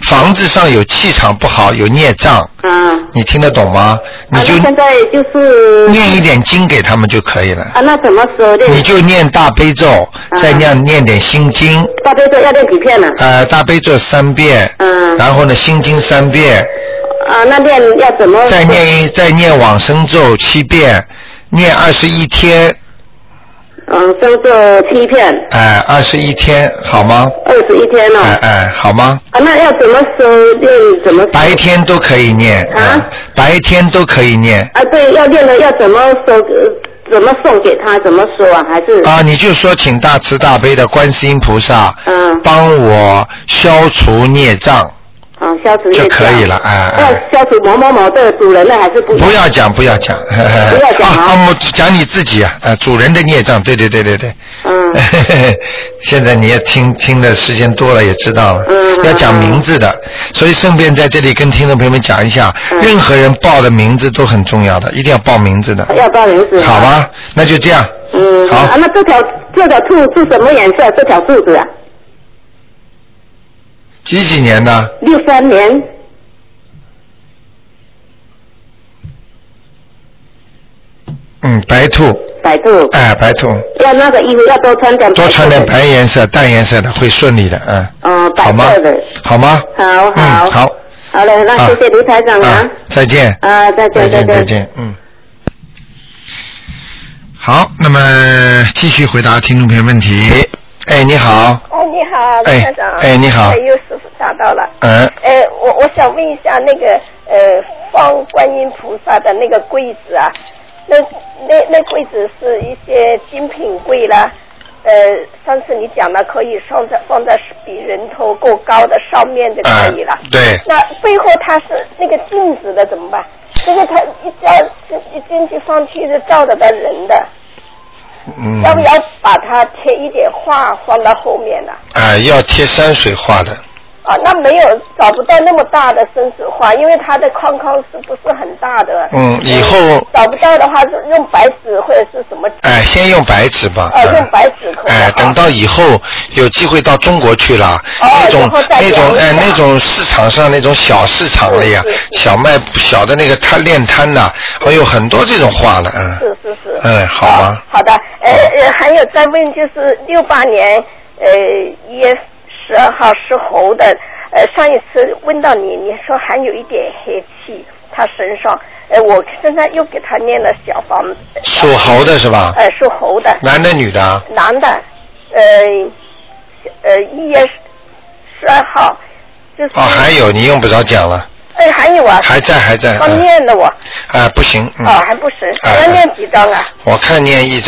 [SPEAKER 1] 房子上有气场不好，有孽障，
[SPEAKER 5] 啊，
[SPEAKER 1] 你听得懂吗？你就
[SPEAKER 5] 啊、那现在就是
[SPEAKER 1] 念一点经给他们就可以了。
[SPEAKER 5] 啊，那怎么说呢？
[SPEAKER 1] 你就念大悲咒，
[SPEAKER 5] 嗯
[SPEAKER 1] 再念念点心经，
[SPEAKER 5] 大悲咒要练几片呢、啊？
[SPEAKER 1] 呃，大悲咒三遍，
[SPEAKER 5] 嗯
[SPEAKER 1] 然后呢，心经三遍，
[SPEAKER 5] 啊，那练要怎么？
[SPEAKER 1] 再念一再念往生咒七遍，念二十一天，
[SPEAKER 5] 嗯，生咒七片，
[SPEAKER 1] 哎、2二十一天好吗？
[SPEAKER 5] 二十一天哦。
[SPEAKER 1] 哎、哎、好吗？
[SPEAKER 5] 啊，那要怎么收练？怎么收
[SPEAKER 1] 白天都可以念，
[SPEAKER 5] 啊
[SPEAKER 1] 哎白天都可以念。
[SPEAKER 5] 啊？对，要练了要怎么收？呃怎么送给他？怎么说啊？还是
[SPEAKER 1] 啊，你就说请大慈大悲的观世音菩萨
[SPEAKER 5] 嗯
[SPEAKER 1] 帮我消除孽障，
[SPEAKER 5] 啊，消除业
[SPEAKER 1] 就
[SPEAKER 5] 障
[SPEAKER 1] 可以了哎哎
[SPEAKER 5] 要消除某某某的主人的还是不？
[SPEAKER 1] 不要讲，不要讲，不
[SPEAKER 5] 要讲啊
[SPEAKER 1] 啊，我讲你自己啊，呃，主人的孽障，对对对对对。
[SPEAKER 5] 嗯
[SPEAKER 1] 现在你也听听的时间多了，也知道了，
[SPEAKER 5] 嗯
[SPEAKER 1] 要讲名字的，所以顺便在这里跟听众朋友们讲一下，
[SPEAKER 5] 嗯
[SPEAKER 1] 任何人报的名字都很重要的，一定要报名字的，
[SPEAKER 5] 要报名字。
[SPEAKER 1] 好。吧？那就这样，
[SPEAKER 5] 嗯，
[SPEAKER 1] 好
[SPEAKER 5] 啊，那这条这条兔是什么颜色？这条兔子啊，
[SPEAKER 1] 几几年的？
[SPEAKER 5] 六三年。
[SPEAKER 1] 嗯，白兔，
[SPEAKER 5] 白兔，
[SPEAKER 1] 哎，白兔，
[SPEAKER 5] 要那个衣服要多穿点白色
[SPEAKER 1] 多
[SPEAKER 5] 的，
[SPEAKER 1] 穿点白颜色、淡颜色的会顺利的，嗯，
[SPEAKER 5] 哦，白
[SPEAKER 1] 好吗
[SPEAKER 5] 色的，？
[SPEAKER 1] 好吗？
[SPEAKER 5] 好好
[SPEAKER 1] 嗯，好，
[SPEAKER 5] 好嘞，那
[SPEAKER 1] 啊
[SPEAKER 5] 谢谢卢台长
[SPEAKER 1] 啊
[SPEAKER 5] 啊，
[SPEAKER 1] 再见。
[SPEAKER 5] 啊，再
[SPEAKER 1] 再
[SPEAKER 5] 见
[SPEAKER 1] 见，
[SPEAKER 5] 再
[SPEAKER 1] 再
[SPEAKER 5] 见。
[SPEAKER 1] 见，嗯。好，那么继续回答听众朋友问题。哎，你好，
[SPEAKER 5] 哦，你好，
[SPEAKER 1] 哎
[SPEAKER 5] 卢校长。
[SPEAKER 1] 哎你好
[SPEAKER 5] 哎，又是打到了。
[SPEAKER 1] 呃，
[SPEAKER 5] 呃，我我想问一下那个呃放观音菩萨的那个柜子啊，那那那柜子是一些精品柜啦，呃，上次你讲了可以放在放在比人头够高的上面就可以了。
[SPEAKER 1] 哎对，
[SPEAKER 5] 那背后它是那个镜子的怎么办？这个它一照一进去上去是照得到人的，
[SPEAKER 1] 嗯，
[SPEAKER 5] 要不要把它贴一点画放到后面呢、
[SPEAKER 1] 啊，要贴山水画的，
[SPEAKER 5] 啊，那没有找不到那么大的生死画，因为它的框框是不是很大的？
[SPEAKER 1] 嗯以后
[SPEAKER 5] 找不到的话，是用白纸或者是什么？
[SPEAKER 1] 哎，先用白纸吧。
[SPEAKER 5] 啊，
[SPEAKER 1] 嗯
[SPEAKER 5] 用白纸可以
[SPEAKER 1] 哎，
[SPEAKER 5] 啊
[SPEAKER 1] 等到以后有机会到中国去了，
[SPEAKER 5] 哦
[SPEAKER 1] 那种
[SPEAKER 5] 然后再
[SPEAKER 1] 那种
[SPEAKER 5] 聊一
[SPEAKER 1] 哎
[SPEAKER 5] 下
[SPEAKER 1] 那种市场上那种小市场里呀、
[SPEAKER 5] 是是是
[SPEAKER 1] 小卖小的那个摊练摊呐、还有很多这种画了，嗯，
[SPEAKER 5] 是是是。
[SPEAKER 1] 哎，好吗？
[SPEAKER 5] 好的，呃呃，还有再问就是六八年呃一月十二号是猴的，呃上一次问到你，你说还有一点黑气，他身上，呃我现在又给他念了小房子，
[SPEAKER 1] 属猴的是吧？
[SPEAKER 5] 呃属猴的。
[SPEAKER 1] 男的女的啊？
[SPEAKER 5] 男的，呃，呃，一月十二号，就是
[SPEAKER 1] 哦，还，有你用不着讲了，
[SPEAKER 5] 哎，还有啊，
[SPEAKER 1] 还在还在，
[SPEAKER 5] 刚
[SPEAKER 1] 嗯，
[SPEAKER 5] 念了我，
[SPEAKER 1] 啊不行，嗯，
[SPEAKER 5] 啊，还不是，
[SPEAKER 1] 哎
[SPEAKER 5] 要念几张啊？
[SPEAKER 1] 我看念一张。